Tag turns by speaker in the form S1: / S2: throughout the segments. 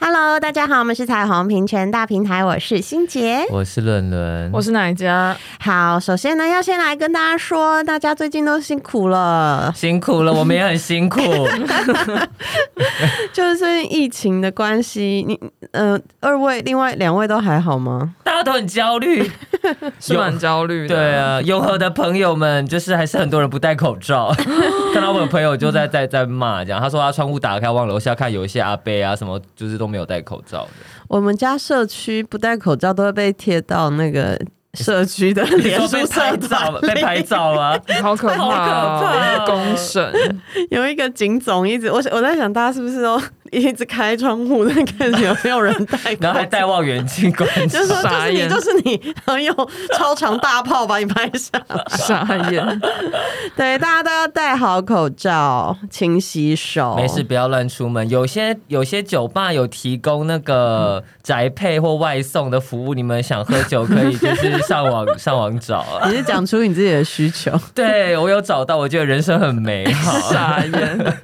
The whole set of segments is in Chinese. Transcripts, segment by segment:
S1: Hello，大家好，我们是彩虹平权大平台，我是欣杰。
S2: 我是伦伦，，
S3: 是哪一家？
S1: 好，首先呢，要先来跟大家说，大家最近都辛苦了
S2: 辛苦了，我们也很辛 苦。
S1: 就是疫情的关系，你呃，二位另外两位都还好吗？
S2: 大家都很焦虑，
S3: 是蛮焦虑的。
S2: 对，啊，永和的朋友们就是还是很多人不戴口 罩，看到我的朋友就在在在骂，这样他说他啊窗户打开往楼下看，有一些阿伯啊什么就是都没有戴口罩的，
S1: 我们家社区不戴口罩都会被贴到那个社区的
S2: 你
S1: 脸
S2: 说
S1: 书
S2: 被
S1: 社
S2: 拍
S1: 团
S2: 照吗被拍照吗？
S3: 好可怕、哦，
S2: 好可怕哦
S3: 公审，
S1: 有一个警总一直，我我在想，大家是不是都一直开窗户在看有没有人戴 口罩，
S2: 然后还戴望远镜观察
S1: 就。 是说就
S3: 傻
S1: 是你
S3: 眼
S1: 就是你，然后用超长大炮把你拍下。
S3: 傻眼。
S1: 对，大家都要戴好口罩，勤洗手。
S2: 没事，，不要乱出门。有些有些酒吧有提供那个宅配或外送的服务，你们想喝酒可以就是上网 上网找啊。
S1: 你是讲出你自己的需求。
S2: 对我有找到，我觉得人生很美好。
S3: 傻眼，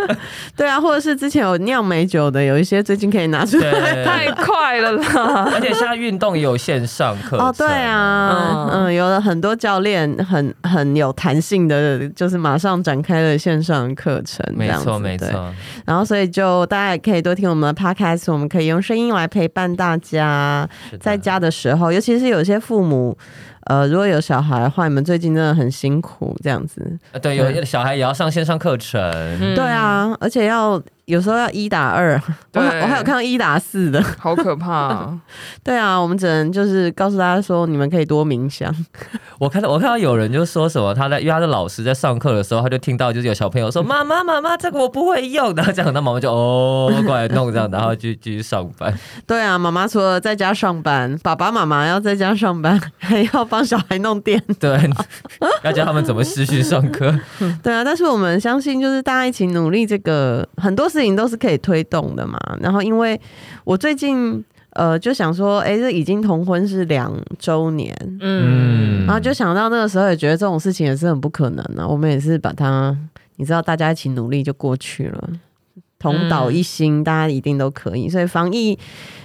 S1: 对啊，或者是之前有酿美酒的，有一些最近可以拿出来。
S2: 对，
S3: 太快了啦！
S2: 而且现在运动也有线上课程
S1: 哦，对，啊，
S3: 嗯
S1: 嗯，有了很多教练很很有弹性的，就是马上展开了线上课程，这
S2: 没
S1: 样
S2: 错
S1: 子
S2: 没。
S1: 对
S2: 错。
S1: 然后，所以就大家也可以多听我们的 podcast，我们可以用声音来陪伴大家
S2: 是的
S1: 在家的时候，尤其是有些父母，呃，如果有小孩的话，你们最近真的很辛苦，这样子。
S2: 呃对，有小孩也要上线上课程，
S3: 嗯
S1: 对，啊，而且要有时候要一打二，我
S3: 对
S1: 还我还有看到一打四的。
S3: 好可怕哦、
S1: 对啊，我们只能就是告诉大家说，你们可以多冥想。
S2: 我看到我看到有人就说什么，他在因为他的老师在上课的时候，他就听到就是有小朋友 说妈妈妈妈这个我不会用，然后这样，那妈妈就哦过来弄这样，然后继继续上班。
S1: 对啊，妈妈除了在家上班，爸爸妈妈要在家上班， 还要帮小孩弄电。
S2: 对，要教他们怎么失去上课。
S1: 对啊，但是我们相信，就是大家一起努力，这个很多事情都是可以推动的嘛。然后，因为我最近呃就想说，哎、这已经同婚是两周年，
S3: 嗯，
S2: 嗯，
S1: 然后啊就想到那个时候也觉得这种事情也是很不可能啊。我们也是把它，你知道，大家一起努力就过去了，同岛一心，大家一定都可以。所以防疫，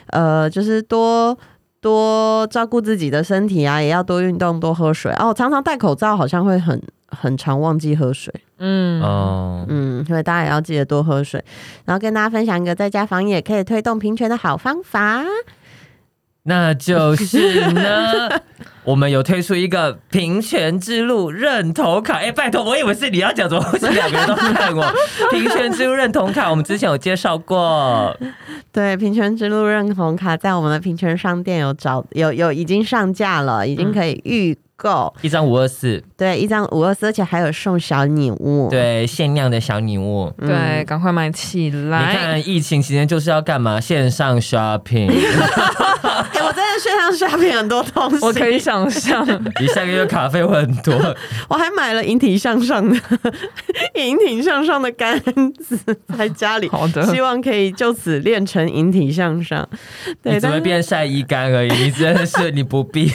S1: 呃，就是多。多照顾自己的身体啊，也要多运动、多喝水哦。常常戴口罩，好像会很很常忘记喝水。
S3: 嗯
S2: 哦，
S1: 嗯，所以大家也要记得多喝水。然后跟大家分享一个在家防疫也可以推动平权的好方法。
S2: 那就是 呢，我们有推出一个平权之路认同卡。哎、拜托，我以为是你要讲，怎么会是两个人都看 我？平权之路认同卡，我们之前有介绍过，
S1: 对，平权之路认同卡在我们的平权商店有找有有已经上架了，
S3: 嗯
S1: 已经可以预购。
S2: 一张五二四，
S1: 对，一张五二四，而且还有送小礼物。
S2: 对，限量的小礼物。
S1: 嗯
S3: 对，赶快买起
S2: 你
S3: 来。
S2: 看，疫情期间就是要干嘛？线上 shopping，
S1: 哎、我真的线上 shopping 很多东西，
S3: 我可以，想象，
S2: 你下个月卡费会很多。
S1: 我还买了引体向上的 引体向上的杆子 在家里，
S3: 好的
S1: 希望可以就此练成引体向上。
S2: 你
S1: 对，
S2: 只
S1: 但
S2: 会
S1: 是
S2: 变晒衣干而已，你真的是你不 必。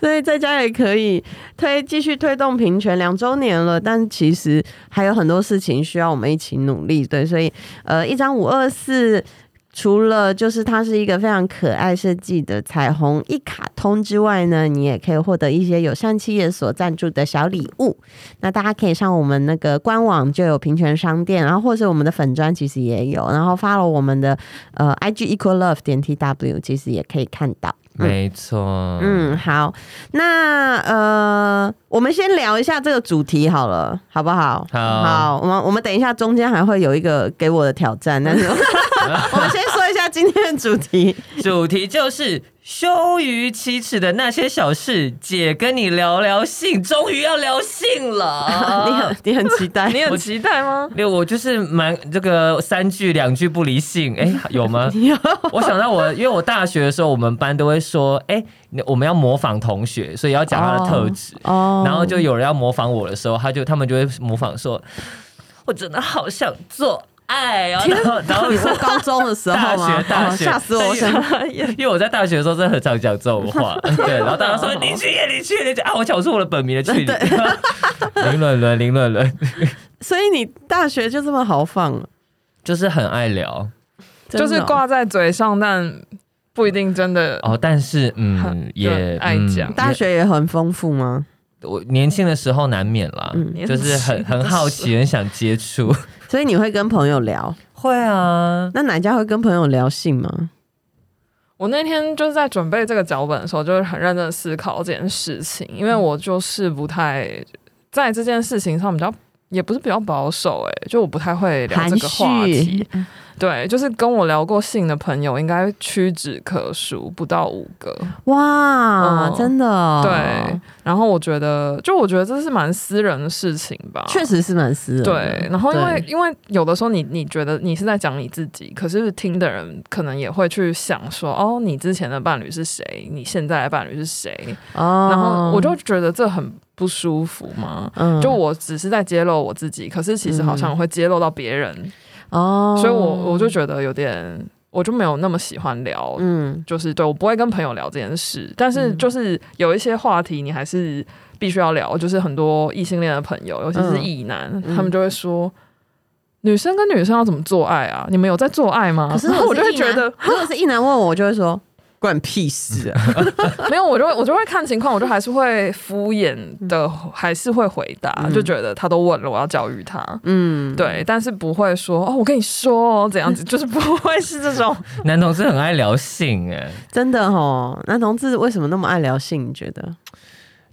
S1: 所以在家也可以推继续推动平权两周年了，但其实还有很多事情需要我们一起努力。对，所以呃，一张五二四。除了就是它是一个非常可爱设计的彩虹一卡通之外呢，你也可以获得一些友善企业所赞助的小礼物。那大家可以上我们那个官网就有平权商店，然后或是我们的粉砖其实也有，然后 follow 我们的呃 IG equal love 点 tw 其实也可以看到。
S2: 没错，嗯，
S1: 嗯，好，那呃，我们先聊一下这个主题好了，好不好？
S2: 好
S1: 我们我们等一下中间还会有一个给我的挑战， 但是我们先说一下今天的主题。
S2: 主题就是羞于启齿的那些小事。姐跟你聊聊性，终于要聊性
S1: 你
S2: 了。
S1: 很哦你很期待，
S3: 你很期待 吗？
S2: 对，我就是蛮这个三句两句不离性，哎，有 吗？我想到我，因为我大学的时候，我们班都会说，哎，你我们要模仿同学，所以要讲他的特质。
S1: 哦
S2: 然后就有人要模仿我的时候，他就他们就会模仿说。
S3: 我真的好想做爱哦。
S2: 然后然后
S1: 你说高中的时候吗？
S2: 大学大学
S1: 哦吓死我！我想
S2: 因为我在大学的时候真的很常讲这种话，对，然后大家说你去耶，你去耶，你去啊，我讲出我的本名了，去你，林伦伦，林伦伦，
S1: 所以你大学就这么豪放了，
S2: 就是很爱聊
S1: 真的
S4: 就
S1: 哦
S4: 是挂在嘴上，但不一定真的。
S2: 哦，但是嗯
S4: 很，
S2: 也
S4: 对爱讲
S2: 嗯
S1: 大学也很丰富吗？
S2: 我年轻的时候难免啦，
S1: 嗯
S2: 就是很很好奇，很想接触。
S1: 所以你会跟朋友聊？
S2: 会啊，
S1: 那哪一家会跟朋友聊性吗？
S4: 我那天就是在准备这个脚本的时候，就是很认真地思考这件事情，因
S1: 嗯
S4: 为我就是不太在这件事情上比较，也不是比较保守、欸，就我不太会聊这个话题。对，就是跟我聊过性的朋友应该屈指可数，不到五个。
S1: 哇，
S4: 嗯
S1: 真的、哦，
S4: 对，然后我觉得，就我觉得这是蛮私人的事情吧，
S1: 确实是蛮私人的。
S4: 啊对，然后因为
S1: 对
S4: 因为有的时候你你觉得你是在讲你自己，可是听的人可能也会去想说，哦，你之前的伴侣是谁？你现在的伴侣是谁？
S1: 哦，
S4: 然后我就觉得这很不舒服嘛。
S1: 嗯
S4: 就我只是在揭露我自己，可是其实好像会揭露到别人，
S1: 哦，
S4: 所以我我就觉得有点，我就没有那么喜欢聊。
S1: 嗯
S4: 就是对我不会跟朋友聊这件事，但是就是有一些话题你还是必须要聊，就是很多异性恋的朋友，尤其是异男，
S1: 嗯
S4: 他们就会说。女生跟女生要怎么做爱啊？你们有在做爱吗？
S1: 可是
S4: 然后
S1: 我
S4: 我就会
S1: 是一
S4: 觉
S1: 男
S4: 得
S1: 如果是一男问我，我就会说 关你屁事啊！
S4: 没有，我就会我就会看情况，我就还是会敷衍的，还是会回答，
S1: 嗯
S4: 就觉得他都问了，我要教育他。
S1: 嗯，
S4: 对，但是不会说哦，我跟你说哦，怎 样子，就是不会是这种。？
S2: 男同志很爱聊性哎，
S1: 真的哦。男同志为什么那么爱聊性？你觉得？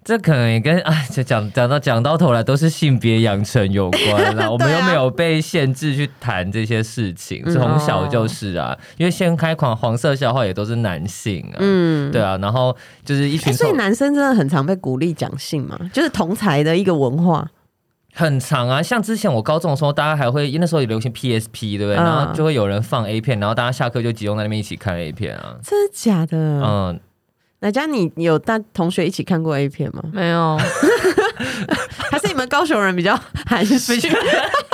S2: 这可能也跟啊，就讲讲到讲到头来都是性别养成有关 啦。我们又没有被限制去谈这些事情，
S1: 啊嗯
S2: 从小就是啊，因为先开狂黄色笑话也都是男性啊，
S1: 嗯，
S2: 对。啊，然后就是一群
S1: 哎，所以
S2: 同
S1: 男生真的很常被鼓励讲性嘛，就是同才的一个文化。
S2: 很长啊，像之前我高中的时候，大家还会因为那时候也流行 PSP，对不对？
S1: 嗯
S2: 然后就会有人放 A 片，然后大家下课就集中在那边一起看 A 片啊。
S1: 真的假的？
S2: 嗯，
S1: 哪家你有带同学一起看过 A 片吗
S4: 没有，
S1: 还是你们高雄人比较含蓄？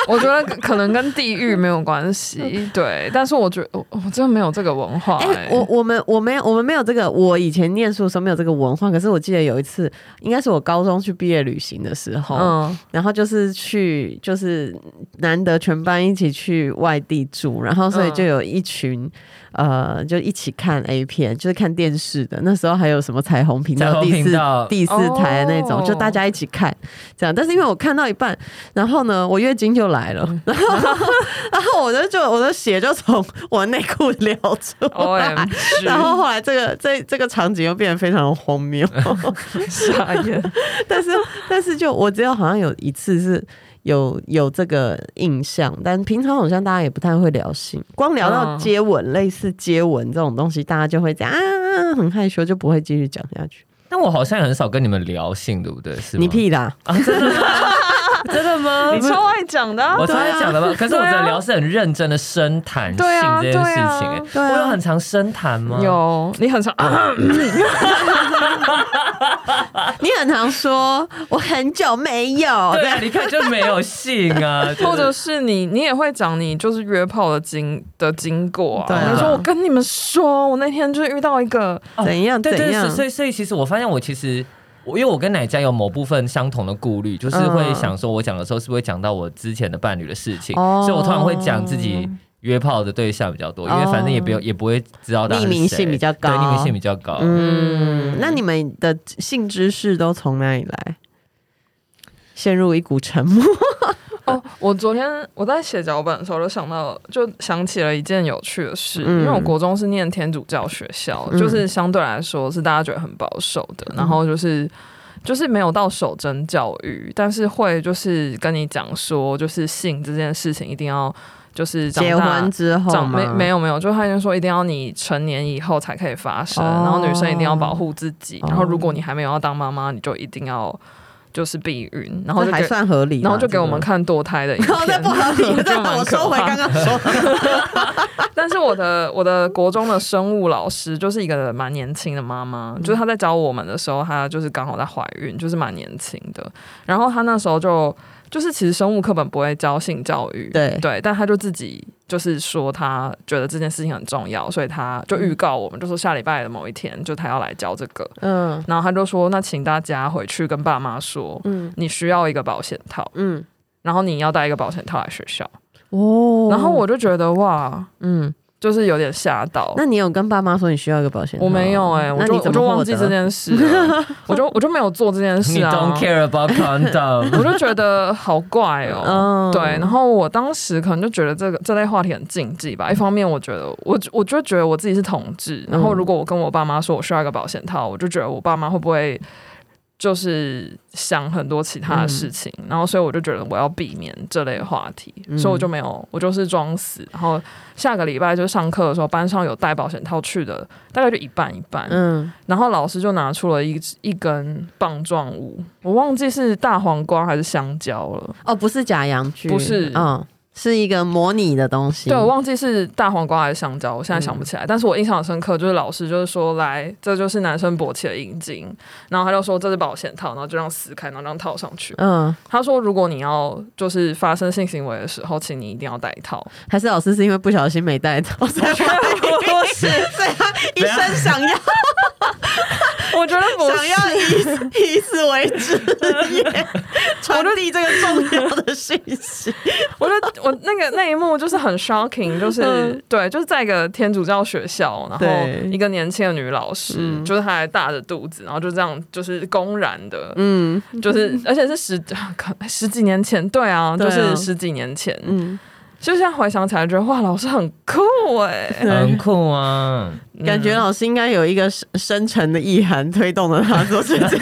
S4: 我觉得可能跟地域没有关 系。对，但是我觉得我我真的没有这个文化、
S1: 哎、
S4: 哎
S1: 我我们我没有我们没有这个，我以前念书的时候没有这个文化。可是我记得有一次，应该是我高中去毕业旅行的时候，
S4: 嗯，
S1: 然后就是去，就是难得全班一起去外地住，然后所以就有一群、呃，就一起看 A 片，就是看电视的。那时候还有什么彩虹频
S2: 彩
S1: 道、
S2: 虹
S1: 第
S2: 频
S1: 四
S2: 道
S1: 第四台的那种，
S4: 哦
S1: 就大家一起看这样。但是因为我看到一半，然后呢，我月经就来了，然后 然后我就就我的血就从我内裤流出
S4: O
S1: 来
S4: M，G，
S1: 然后后来这个这这个场景又变得非常的荒谬。
S4: 傻眼，
S1: 但是 但是就我只有好像有一次是有有这个印象，但平常好像大家也不太会聊性，光聊到
S4: 嗯
S1: 接吻，类似接吻这种东西，大家就会这样啊，很害羞，就不会继续讲下去。
S2: 但我好像很少跟你们聊性，对不对？是吗啊
S1: 你屁啦！
S2: 真的吗？
S4: 你嗯超爱讲
S1: 哦
S4: 的、啊
S2: 我，才讲的吧？可是我只聊是很认真的深谈性
S4: 对啊
S2: 这件事情、哎、
S1: 啊对啊
S2: 我有很常深谈吗？。
S4: 有你很常、啊
S1: 你很常说我很久没有，
S2: 对啊，你看就没有性 啊，就是
S4: 或者是你你也会讲你就是约炮的经的经过
S1: 对
S4: 啊。
S1: 啊
S4: 你说我跟你们说，我那天就是遇到一个，
S1: 怎样
S2: 对
S1: 怎
S2: 对，
S1: 样
S2: 是所以所以其实我发现我其实。我因为我跟奶家有某部分相同的顾虑，就是会
S1: 嗯
S2: 想说，我讲的时候是不是会讲到我之前的伴侣的事情，
S1: 哦
S2: 所以我通常会讲自己约炮的对象比较多，因为反正也不用也不会知道大家是谁
S1: 哦匿名性比较高
S2: 对，匿名性比较高。
S1: 嗯，那你们的性知识都从哪里来？陷入一股沉默。
S4: 哦，我昨天我在写脚本的时候就想到，就想起了一件有趣的事，
S1: 嗯
S4: 因为我国中是念天主教学校，
S1: 嗯
S4: 就是相对来说是大家觉得很保守的，然后就是。就是没有到守贞教育，但是会就是跟你讲说，就是性这件事情一定要就是长
S1: 结
S4: 大
S1: 婚之后
S4: 长
S1: 吗
S4: 没没有没有，就他就说一定要你成年以后才可以发生，
S1: 哦
S4: 然后女生一定要保护自己，
S1: 哦
S4: 然后如果你还没有要当妈妈，你就一定要就是避孕，然后
S1: 这
S4: 就
S1: 还
S4: 给
S1: 算合理啦，
S4: 然后就给我
S1: 这
S4: 们
S1: 个
S4: 看堕胎的影
S1: 然后再
S4: 片，
S1: 不合 理，
S4: 就
S1: 再
S4: 蛮
S1: 我
S4: 可
S1: 收回
S4: 怕
S1: 刚刚说的。
S4: 但是我的我的国中的生物老师就是一个蛮年轻的妈妈，
S1: 嗯
S4: 就是她在教我们的时候，她就是刚好在怀孕，就是蛮年轻的。然后她那时候就就是其实生物课本不会教性教育，
S1: 对
S4: 对，但他就自己就是说他觉得这件事情很重要，所以他就预告我们，就说下礼拜的某一天就他要来教这个，
S1: 嗯
S4: 然后他就说那请大家回去跟爸妈说，
S1: 嗯
S4: 你需要一个保险套，
S1: 嗯，
S4: 然后你要带一个保险套来学校，
S1: 哦
S4: 然后我就觉得哇，
S1: 嗯，
S4: 就是有点吓到。
S1: 那你有跟爸妈说你需要一个保险套？
S4: 我没有哎、我
S1: 那
S4: 就
S1: 你
S4: 我
S1: 怎
S4: 就
S1: 么
S4: 忘
S1: 获
S4: 记这
S1: 得？
S4: 件事了，我就我就没有做这件 事
S2: 你
S4: 啊。
S2: don't care about condom，
S4: 我就觉得好怪哦、
S1: 嗯
S4: 对，然后我当时可能就觉得这个这类话题很禁忌吧。一方面，我觉得我我就觉得我自己是同志，然
S1: 嗯
S4: 后如果我跟我爸妈说我需要一个保险套，我就觉得我爸妈会不会就是想很多其
S1: 嗯
S4: 他的事情，然后所以我就觉得我要避免这类话题，
S1: 嗯
S4: 所以我就没有，我就是装死。然后下个礼拜就上课的时候，班上有带保险套去的，大概就一半一半，
S1: 嗯，
S4: 然后老师就拿出了一一根棒状物，我忘记是大黄瓜还是香蕉了。
S1: 哦，不是假洋具，
S4: 不是
S1: 嗯，是一个模拟的东西。
S4: 对，我忘记是大黄瓜还是香蕉，我现在想不
S1: 嗯
S4: 起来。但是我印象很深刻，就是老师就是说，来，这就是男生勃起的阴茎，然后他就说这是保险套，然后就让撕开，然后这样套上去。
S1: 嗯，
S4: 他说，如果你要就是发生性行为的时候，请你一定要戴套。
S1: 还是老师是因为不小心没 带到，所以他
S2: 不是，
S1: 一生想要
S4: 我觉得 不
S1: 想
S4: 是，
S1: 要以以 此为 职业，传递这个重要的讯息。
S4: 我觉得我那个那一幕就是很 shocking，就是、
S1: 嗯
S4: 对，就是在一个天主教学校，然后
S1: 对
S4: 一个年轻的女老师，
S1: 嗯
S4: 就是她还大着肚子，然后就这样就是公然的，
S1: 嗯
S4: 就是而且是十可十几年前，对啊，
S1: 对啊
S4: 就是十几年前，
S1: 嗯，
S4: 就现在回想起来觉得哇，老师很酷哎、
S2: 很酷啊！
S1: 感觉老师应该有一个深深沉的意涵推动了他做这件事。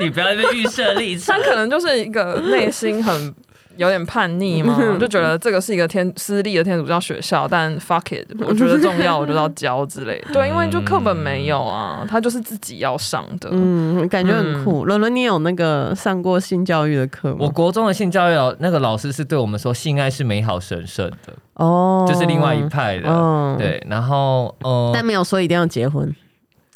S2: 你不要在那边预设立场
S4: 他。可能就是一个内心很。有点叛逆嘛，
S1: 嗯
S4: 就觉得这个是一个天私立的天主教学校，但 fuck it，我觉得重要我就要教之类
S1: 嗯
S4: 的。对，因为就课本没有啊，他就是自己要上的。
S1: 嗯，感觉很酷。伦伦，你有那个上过性教育的课
S2: 我
S1: 吗？
S2: 国中的性教育老那个老师是对我们说，性爱是美好神圣的，
S1: 哦
S2: 就是另外一派的。
S1: 嗯，
S2: 对，然后呃，
S1: 但没有说一定要结婚。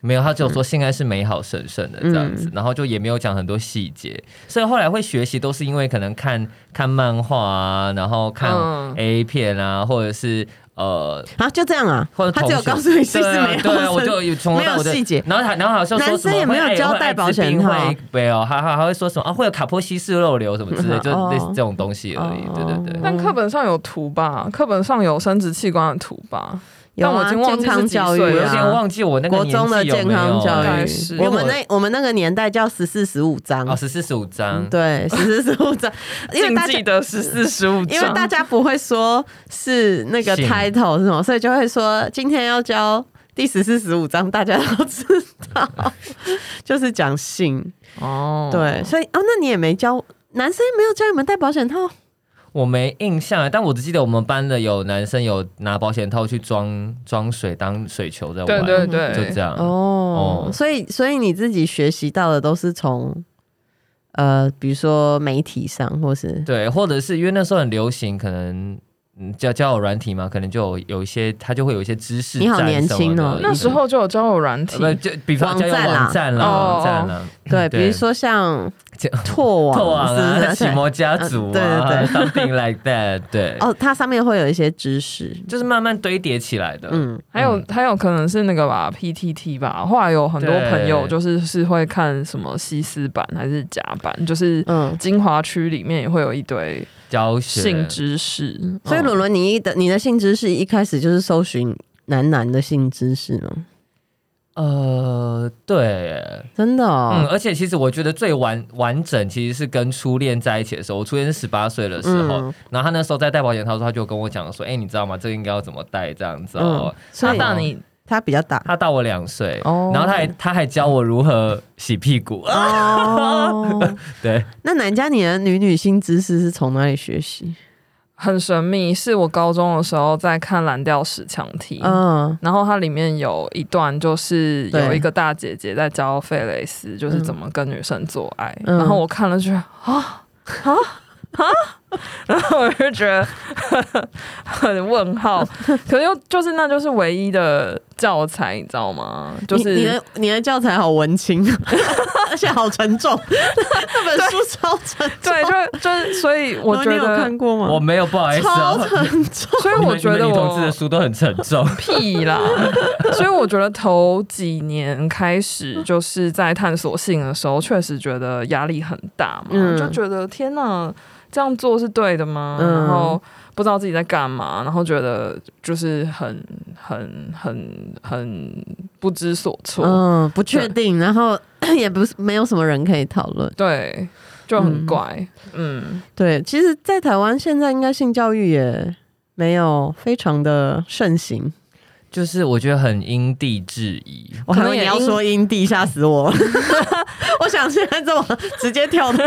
S2: 没有，他只有说性爱是美好神圣的这样
S1: 嗯
S2: 子，然后就也没有讲很多细节，所以后来会学习都是因为可能看看漫画啊，然后看
S4: 嗯
S2: A 片啊，或者是呃，
S1: 啊，就这样啊
S2: 或者，
S1: 他
S2: 同
S1: 只有
S2: 学
S1: 告诉你是不是
S2: 对啊
S1: 没有
S2: 对啊，我
S1: 生
S2: 就有从头到尾
S1: 没有
S2: 就
S1: 细节
S2: 然后还然后好像说
S1: 男
S2: 什
S1: 生
S2: 么
S1: 也没有
S2: 会
S1: 交代
S2: 会艾滋
S1: 保险
S2: 病
S1: 套
S2: 会没有，还还还会说什么啊会有卡波西式肉瘤什么之 类，就
S1: 哦
S2: 类似这种东西而已，
S1: 哦
S2: 对对对。
S4: 但课本上有图吧？课本上有生殖器官的图吧？
S1: 有
S4: 但我已
S1: 啊，
S4: 经忘
S1: 健
S4: 记
S1: 康
S4: 是几
S1: 教育
S4: 岁
S2: 我
S4: 了
S2: 有
S1: 啊
S2: 点忘记我那个
S1: 国
S2: 年
S1: 中
S2: 纪
S1: 的
S2: 有
S1: 健
S2: 没
S1: 康教
S4: 大概
S1: 育
S4: 是，
S1: 我们那我们那个年代叫十四十五章
S2: 哦，，十四十五章，
S1: 嗯对，十四十五 章，因为
S4: 禁
S1: 大家
S4: 忌的十四十五
S1: 因为
S4: 章，
S1: 大家不会说是那个
S2: 姓
S1: title 是什么，所以就会说今天要教第十四十五章，大家都知道，就是讲性，
S4: 哦，
S1: 对，所以哦，那你也没教。男生没有教你们戴保险套，
S2: 我没印象，但我只记得我们班的有男生有拿保险套去装装水当水球在玩，
S4: 对对对，
S2: 就这样。
S1: 哦，
S2: 哦
S1: 所以所以你自己学习到的都是从呃，比如说媒体上，或是
S2: 对，或者是因为那时候很流行，可能嗯交交友软体嘛，可能就有有一些，他就会有一些知识
S1: 你好
S2: 站
S1: 年
S2: 什么
S1: 轻
S2: 的
S1: 哦
S4: 那时。候就有交友软体
S2: 呃，不，就比方
S1: 网
S2: 交友
S1: 站啦
S2: 网站啦，
S4: 哦
S2: 网站啦，
S1: 对，比如说像
S2: 这
S1: 拓网，
S2: 拓网
S1: 是不
S2: 啊、
S1: 是
S2: 奇摩家族啊
S1: 嗯
S2: ，something like that，对，
S1: 哦，它上面会有一些知识，
S2: 就是慢慢堆叠起来的。
S1: 嗯，
S4: 还有还有可能是那个吧，PTT 吧。后来有很多
S2: 对
S4: 朋友就是是会看什么西斯版还是甲版，就是
S1: 嗯
S4: 精华区里面也会有一堆
S2: 教学
S4: 性知识。
S1: 所以
S4: 嗯
S1: 伦伦，你的你的性知识一开始就是搜寻男男的性知识吗？
S2: 呃，对，
S1: 真
S2: 嗯，
S1: 的哦，
S2: 而且其实我觉得最完完整其实是跟初恋在一起的时候，我初恋是十八岁的时候，
S1: 嗯
S2: 然后他那时候在戴保险套的时候，他就跟我讲说，哎、你知道吗？这个应该要怎么戴这样子哦。
S4: 嗯
S1: 所以
S4: 那你
S1: 他比 较大
S2: 他大我两岁，
S4: 哦
S2: 然后他还他还教我如何洗屁股，
S1: 啊哦。
S2: 对，
S1: 那男家你的女女性知识是从哪里学习？
S4: 很神秘，是我高中的时候在看《蓝调十强题》。
S1: 嗯
S4: 然后它里面有一段，就是有
S1: 对
S4: 一个大姐姐在教费雷斯，就是怎么跟女生做爱。
S1: 嗯
S4: 然后我看了就觉得啊啊啊 然后我就觉得 很问号，可是又就是那就是唯一的教材，你知道吗？就
S1: 你你
S4: 是
S1: 的你的教材好文青，啊 而且好沉重， 那本书超沉重。
S4: 对，就就是所以我觉
S1: 你有
S4: 得
S1: 看，过吗？
S2: 我没有，不好
S4: 啊
S2: 意思
S1: 超
S2: 哦。
S1: 沉重。
S4: 所以
S2: 你们
S4: 我觉
S2: 你
S4: 得
S2: 们女同志的
S4: 我
S2: 书都很沉重，
S4: 屁 啦，所以我觉得头几年开始就是在探索性的时候，确实觉得压力很大嘛，
S1: 嗯
S4: 就觉得天哪，这样做是对的吗？
S1: 嗯
S4: 然后不知道自己在干嘛，然后觉得就是很很很很不知所措，
S1: 嗯，不确定，然后 也不是没有什么人可以讨论。
S4: 对，就很
S1: 嗯
S4: 怪，嗯
S1: 对，其实，在台湾现在应该性教育也没有非常的盛行。
S2: 就是我觉得很因地制宜。
S1: 我
S4: 可
S1: 还以
S4: 能
S1: 为
S4: 也
S1: 你要
S4: 因
S1: 说阴蒂，吓死我了！ 我想现在这么直接跳 到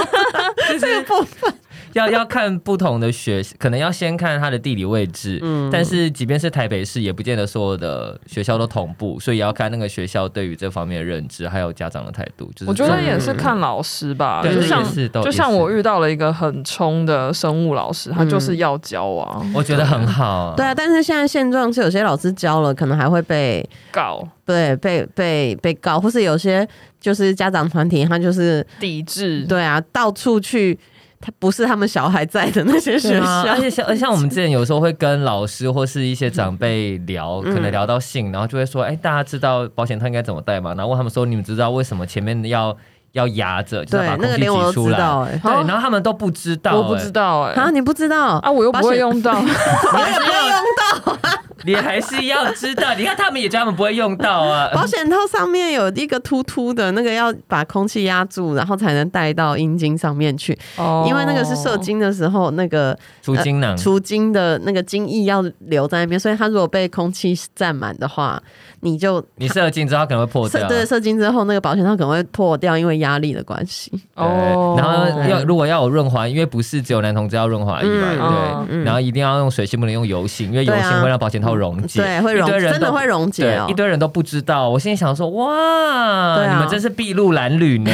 S1: 这个部分，
S2: 要要看不同的学，可能要先看它的地理位置。
S1: 嗯
S2: 但是即便是台北市，也不见得所有的学校都同步，所以也要看那个学校对于这方面的认知，还有家长的态度。就是
S4: 我觉得
S2: 这
S4: 也
S2: 种嗯
S4: 是看老师吧，
S1: 嗯
S2: 对
S4: 就
S2: 对
S4: 像
S2: 也是都
S4: 就
S2: 也
S4: 像
S2: 是
S4: 我遇到了一个很冲的生物老师，他
S1: 嗯
S4: 就是要教啊，
S2: 我觉得很好。
S1: 对啊，但是现在现状是有些老师教了，可能还会被
S4: 搞
S1: 对被被被告，或是有些就是家长团体，他就是
S4: 抵
S2: 嗯
S4: 制，
S1: 对啊，到处去，他不是他们小孩在的那些学
S2: 对啊，
S1: 校
S2: 而，且像而且像我们之前有时候会跟老师或是一些长辈聊，
S1: 嗯
S2: 可能聊到性，然后就会说，哎、大家知道保险套应该怎么戴吗？然后问他们说，你们知道为什么前面要要压着，就是
S1: 对
S2: 要把
S1: 那
S2: 空
S1: 个
S2: 气
S1: 连我
S2: 挤
S1: 都
S2: 出
S1: 知
S2: 来？哦
S1: 道哎、
S2: 对，然后他们都不知道、
S4: 我不知道哎、
S1: 欸，啊，你不知道
S4: 啊，我又
S1: 保
S4: 不会
S1: 险
S4: 用到，
S2: 哎，我也不用到、 你还是要知道。你看他们也觉得他们不会用到啊
S1: 保。险套上面有一个凸凸的那个，要把空气压住，然后才能带到阴茎上面去。
S4: 哦
S1: 因为那个是射，精的时候，那个
S2: 除精囊，
S1: 除精的那个精液要留在那边，所以它如果被空气占满的话，你就
S2: 你射了精之后它可能会破
S1: 射
S2: 掉。
S1: 对射精之后，那个保险套可能会破掉，因为压力的关系。
S2: 对
S4: 哦，
S2: 然后要如果要有润滑，因为不是只有男同志要润滑液嘛，
S4: 嗯
S2: 对，然后一定要用水性，不能用油性，因为油
S1: 对啊
S2: 性会让保险套溶解，
S1: 对，会
S2: 嗯
S1: 溶
S2: 一堆人
S1: 真的
S2: 都
S1: 会溶解哦
S2: 对，一。堆人都不知道。我现在想说，
S1: 对
S2: 哇，
S1: 啊
S2: 你们真是筚路蓝缕 呢。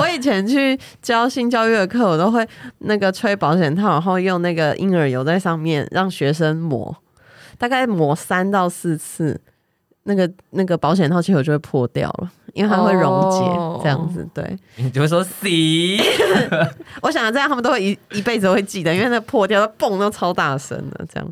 S1: 我以前去教性教育的课，我都会那个吹保险套，然后用那个婴儿油在上面让学生抹，大概抹三到四次，那个那个保险套气球就会破掉了，因为它会溶解，
S4: 哦
S1: 这样子。对，
S2: 你就会说 C，
S1: 我想这样他们都会一一辈子都会记得，因为那破掉，它蹦都超大声的这样。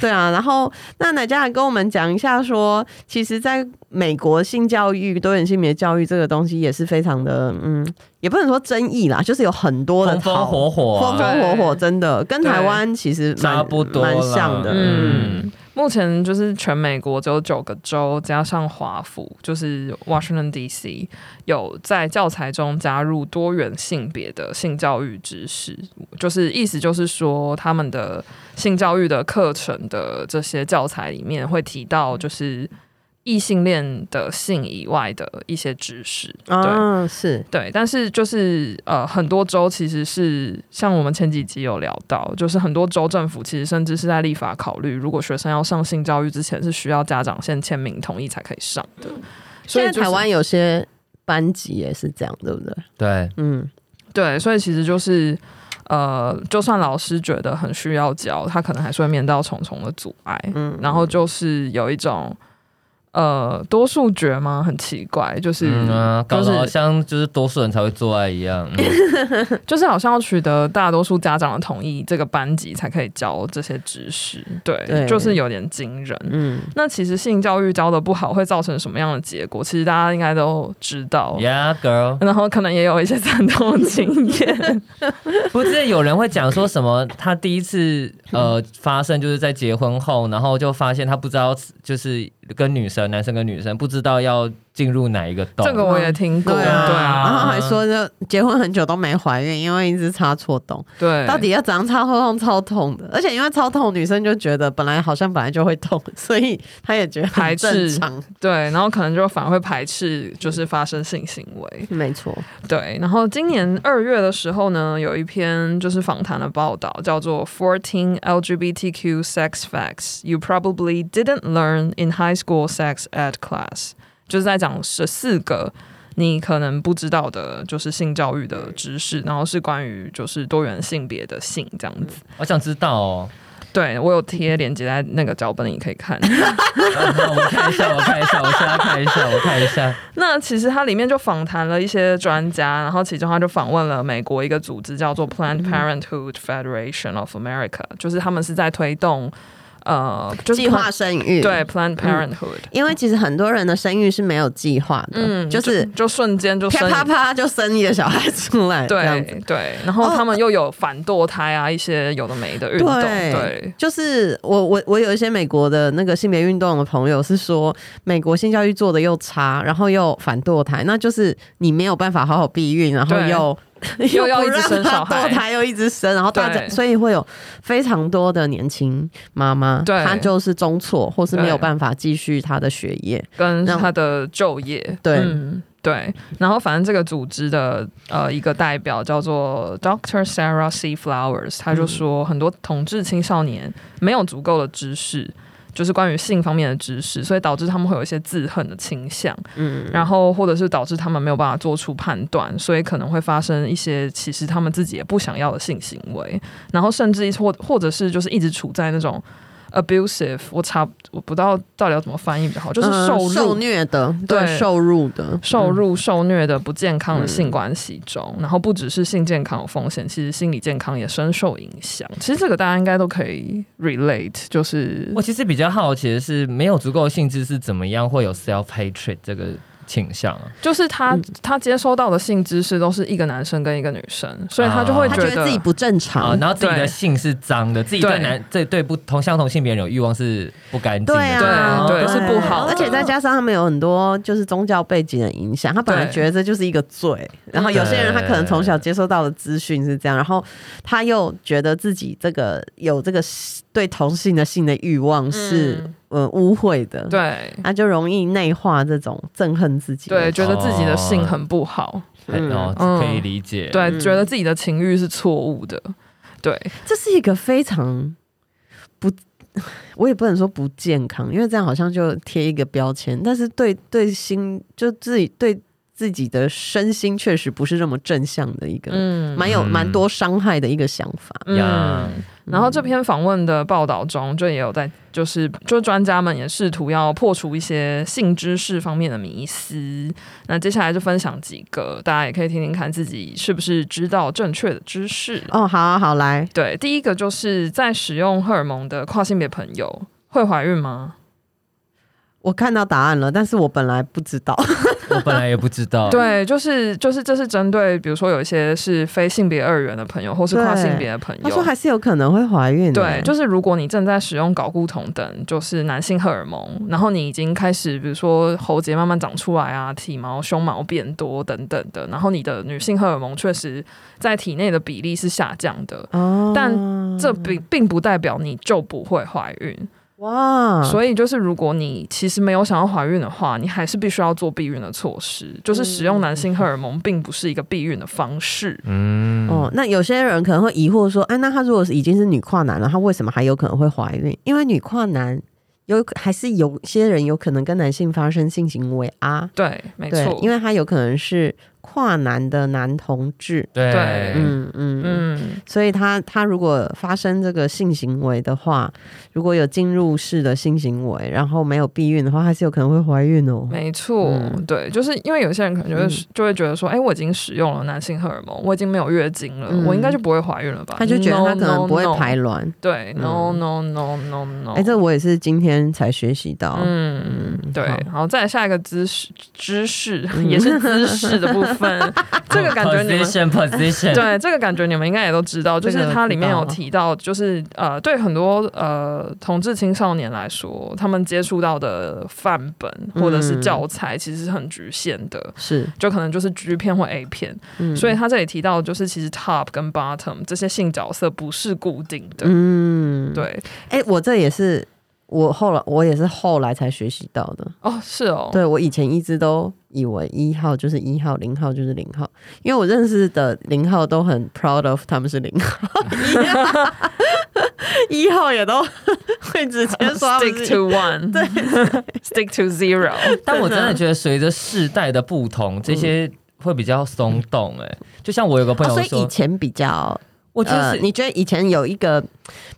S1: 对啊，然后那奶家还跟我们讲一下说，其实在美国性教育、多元性别教育这个东西也是非常的，嗯，也不能说争议啦，就是有很多的
S2: 风风
S1: 讨
S2: 火火
S1: 风
S2: 啊，
S1: 风火火，真的跟台湾其实蛮
S2: 差不多啦
S1: 蛮像的，嗯。
S2: 嗯，
S4: 目前就是全美国只有九个州，加上华府，就是 Washington D.C. 有在教材中加入多元性别的性教育知识，就是意思就是说，他们的性教育的课程的这些教材里面会提到，就是异性恋的性以外的一些知识。对。
S1: 啊，是
S4: 对，但是就是呃，很多州其实是像我们前几集有聊到，就是很多州政府其实甚至是在立法考虑，如果学生要上性教育之前，是需要家长先签名同意才可以上的。所以、
S1: 嗯现在台湾有些班级也是这样，对不对？
S2: 对。
S1: 嗯，
S4: 对，所以其实就是呃，就算老师觉得很需要教，他可能还是会面到重重的阻碍。嗯，然后就是有一种呃多数决吗？很奇怪，就是、
S2: 嗯啊，搞
S4: 就
S2: 得好
S4: 是
S2: 像就是多数人才会做爱一样。 嗯
S4: 就是好像要取得大多数家长的同意，这个班级才可以教这些知识。对，
S1: 对
S4: 就是有点惊人。
S1: 嗯，
S4: 那其实性教育教的不好会造成什么样的结果？其实大家应该都知道。
S2: yeah, girl。
S4: 然后可能也有一些惨痛的经验，
S2: 不是有人会讲说什么？他第一 次呃发生就是在结婚后，然后就发现他不知道就是跟女生、男生跟女生不知道要进入哪一个洞。
S4: 这个我也听过，
S1: 对
S4: 对
S1: 啊，然后
S4: 啊，
S1: 还说就结婚很久都没怀孕，因为一直插错洞，
S4: 对，
S1: 到底要怎样插会痛超痛的，而且因为超痛，女生就觉得本来好像本来就会痛， 所以她也觉得很
S4: 排
S1: 正
S4: 斥
S1: 常，
S4: 对，然后可能就反而会排斥，就是发生性行为。
S1: 没错，
S4: 对，然后今年二月的时候呢，有一篇就是访谈的报道，叫做《Fourteen LGBTQ Sex Facts You Probably Didn't Learn in High School Sex Ed Class》，就是在讲十四个你可能不知道的，就是性教育的知识，然后是关于就是多元性别的性这样子。
S2: 好想知道 哦。
S4: 对我有贴链接在那个脚本里可以看。
S2: 那我看一下，我看一下，我现在看一下，我看一 下。
S4: 那其实它里面就访谈了一些专家，然后其中他就访问了美国一个组织叫做
S1: 嗯
S4: Planned Parenthood Federation of America，、就是他们是在推动呃，就是
S1: 计划嗯生育，
S4: 对 Planned Parenthood，
S1: 因为其实很多人的生育是没有计划的，
S4: 嗯，
S1: 就是
S4: 就瞬间就
S1: 啪
S4: 生
S1: 啪啪就生一个小孩出来，这样子。哦
S4: 对对，然后他们又有反堕胎啊，一些有的没的运动，
S1: 对
S4: 对
S1: 就是我我我有一些美国的那个性别运动的朋友是说，美国性教育做的又差，然后又反堕胎，那就是你没有办法好好避孕，然后
S4: 对
S1: 又
S4: 又要
S1: 不
S4: 一直
S1: 让
S4: 生
S1: 她
S4: 小孩
S1: 堕胎又一直生，然后大家
S4: 对
S1: 所以会有非常多的年轻妈妈，
S4: 对
S1: 她就是中辍或是
S4: 对
S1: 没有办法继续她的学业，
S4: 跟
S1: 让
S4: 他的就业，
S1: 对
S4: 嗯对，然后反正这个组织的呃一个代表叫做 Dr. Sarah C. Flowers，他就说很多同志青少年没有足够的知识，就是关于性方面的知识，所以导致他们会有一些自恨的倾向，
S1: 嗯，
S4: 然后或者是导致他们没有办法做出判断，所以可能会发生一些其实他们自己也不想要的性行为，然后甚至一或或者是就是一直处在那种 abusive，我查我不知道到底要怎么翻译比较好，就是
S1: 嗯
S4: 受辱、
S1: 受虐嗯的，对，
S4: 对
S1: 受辱的，
S4: 受辱、受虐的不健
S1: 嗯
S4: 康的性关系中，然后不只是性健康有风险，其实心理健康也深受影响。其实这个大家应该都可以 relate，就是
S2: 我其实比较好奇的是，没有足够的性知识，怎么样会有 self hatred 这个倾向啊？
S4: 就是他、他接收到的性知识都是一个男生跟一个女生，所以他就会
S1: 他
S4: 觉
S1: 觉得自己不正
S2: 啊、
S1: 常，
S2: 然后自己的
S4: 对
S2: 性是脏的，自己对
S4: 对
S2: 男对对不同相同性别人有欲望是不干净的，
S1: 对啊，
S2: 哦
S4: 对对是不好的
S1: 而且再加上他们有很多就是宗教背景的影响，他本来
S4: 对
S1: 觉得这就是一个罪，然后有些人他可能从小接收到的资讯是这样，然后他又觉得自己这个有这个对同性的性的欲望是、呃污秽的，，
S4: 嗯对
S1: 他就容易内化这种憎恨自己的
S4: 对，觉得自己的性很不好，
S2: 很哦，
S4: 嗯
S2: 可以理解。
S4: 对，
S1: 嗯
S4: 觉得自己的情欲是错误的，对，
S1: 这是一个非常不，我也不能说不健康，因为这样好像就贴一个标签。但是对对心，就自己对自己的身心确实不是这么正向的一个，
S4: 嗯
S1: 蛮有
S2: 嗯
S1: 蛮多伤害的一个想法。
S2: 呀
S4: 嗯，然后这篇访问的报道中，就也有在，就是就是专家们也试图要破除一些性知识方面的迷思。那接下来就分享几个，大家也可以听听看自己是不是知道正确的知识。
S1: 哦，好、啊、好来，
S4: 对，第一个就是在使用荷尔蒙的跨性别朋友会怀孕吗？
S1: 我看到答案了，但是我本来不知道。
S2: 我本来也不知道。
S4: 对，就是就是这是针对，比如说有一些是非性别二元的朋友，或是跨性别的朋友。
S1: 他说还是有可能会怀孕的、
S4: 对，就是如果你正在使用睾固酮等，就是男性荷尔蒙，然后你已经开始，比如说喉结慢慢长出来啊，体毛、胸毛变多等等的，然后你的女性荷尔蒙确实在体内的比例是下降的，
S1: 哦，
S4: 但这并并不代表你就不会怀孕。
S1: 哇，
S4: 所以就是，如果你其实没有想要怀孕的话，你还是必须要做避孕的措施，就是使用男性荷尔蒙并不是一个避孕的方式。
S2: 嗯，
S1: 哦，那有些人可能会疑惑说，哎、那他如果是已经是女跨男了，他为什么还有可能会怀孕？因为女跨男有还是有些人有可能跟男性发生性行为啊，
S4: 对，没
S1: 对
S4: 错，，
S1: 因
S4: 为
S1: 为他有可能是跨男的男同志，
S2: 对
S4: 对
S1: 嗯嗯嗯，
S4: 嗯，
S1: 所以他他如果发生这个性行为的话，如果有进入式的性行为，然后没有避孕的话，还是有可能会怀孕哦。
S4: 没错，
S1: 嗯
S4: 对，就是因为有些人可能就会、
S1: 嗯
S4: 就会觉得说，哎、我已经使用了男性荷尔蒙，我已经没有月经了，
S1: 嗯
S4: 我应该就不会怀孕了吧？
S1: 他就觉得他可能不会
S4: No, no, no
S1: 排卵，
S4: 对
S1: 嗯
S4: ，no no no no no，
S1: 哎、这我也是今天才学习到。
S4: 嗯，对，
S1: 好
S4: 然后再来下一个姿势，知识
S1: 嗯
S4: 也是姿势的部 分，这
S2: 哦
S4: 个感觉你们
S2: position position
S4: 对，这个感觉你们应该也都知道，就
S1: 这
S4: 是
S1: 个
S4: 它里面有
S1: 知道
S4: 提到，就是呃，对很多呃同志青少年来说，他们接触到的范本或者是
S1: 嗯
S4: 教材其实是很局限的，
S1: 是，
S4: 就可能就是 G 片或 A 片。
S1: 嗯
S4: 所以他这里提到，就是其实 top 跟 bottom 这些性角色不是固定的。
S1: 嗯，
S4: 对，
S1: 哎、我这也是我后来我也是后来才学习到的。
S4: 哦，是哦，
S1: 对我以前一直都以为一号就是一号，零号就是零号，因为 我认识的零号都很 proud of 他们是零号，一号也都会直接说他们
S4: Stick
S1: 是
S4: to one，对 ，Stick to zero。
S2: 但我真的觉得随着世代的不同，这些会比较松动、哎、就像我有个朋
S1: 哦所
S2: 友
S1: 以
S2: 说，
S1: 以前比较，
S2: 我就是、
S1: 呃，你觉得以前有一个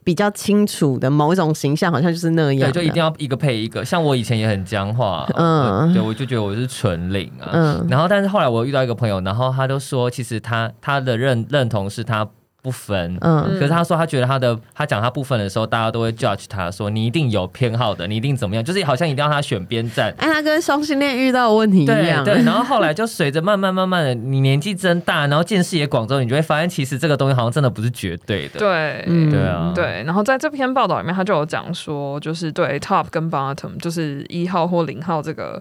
S1: 比较清楚的某一种形象，好像就是那样
S2: 对，
S1: 的，
S2: 就一定要一个配一个。像我以前也很僵化，
S1: 嗯
S2: 嗯，对我就觉得我是纯领啊。
S1: 嗯
S2: 然后，但是后来我遇到一个朋友，然后他就说，其实他他的认认同是他不分。
S1: 嗯
S2: 可是他说，他觉得他的他讲他不分的时候，大家都会 judge 他说你一定有偏好的，你一定怎么样，就是好像一定要他选边站。
S1: 哎，他跟双性恋遇到的问题一
S2: 对
S1: 样，
S2: 对，然后后来就随着慢慢慢慢的，你年纪增大，然后见识也广之后，你就会发现，其实这个东西好像真的不是绝对的。
S4: 对，
S1: 嗯
S2: 对啊，
S4: 对，然后在这篇报道里面，他就有讲说，就是对 top 跟 bottom，就是一号或零号这个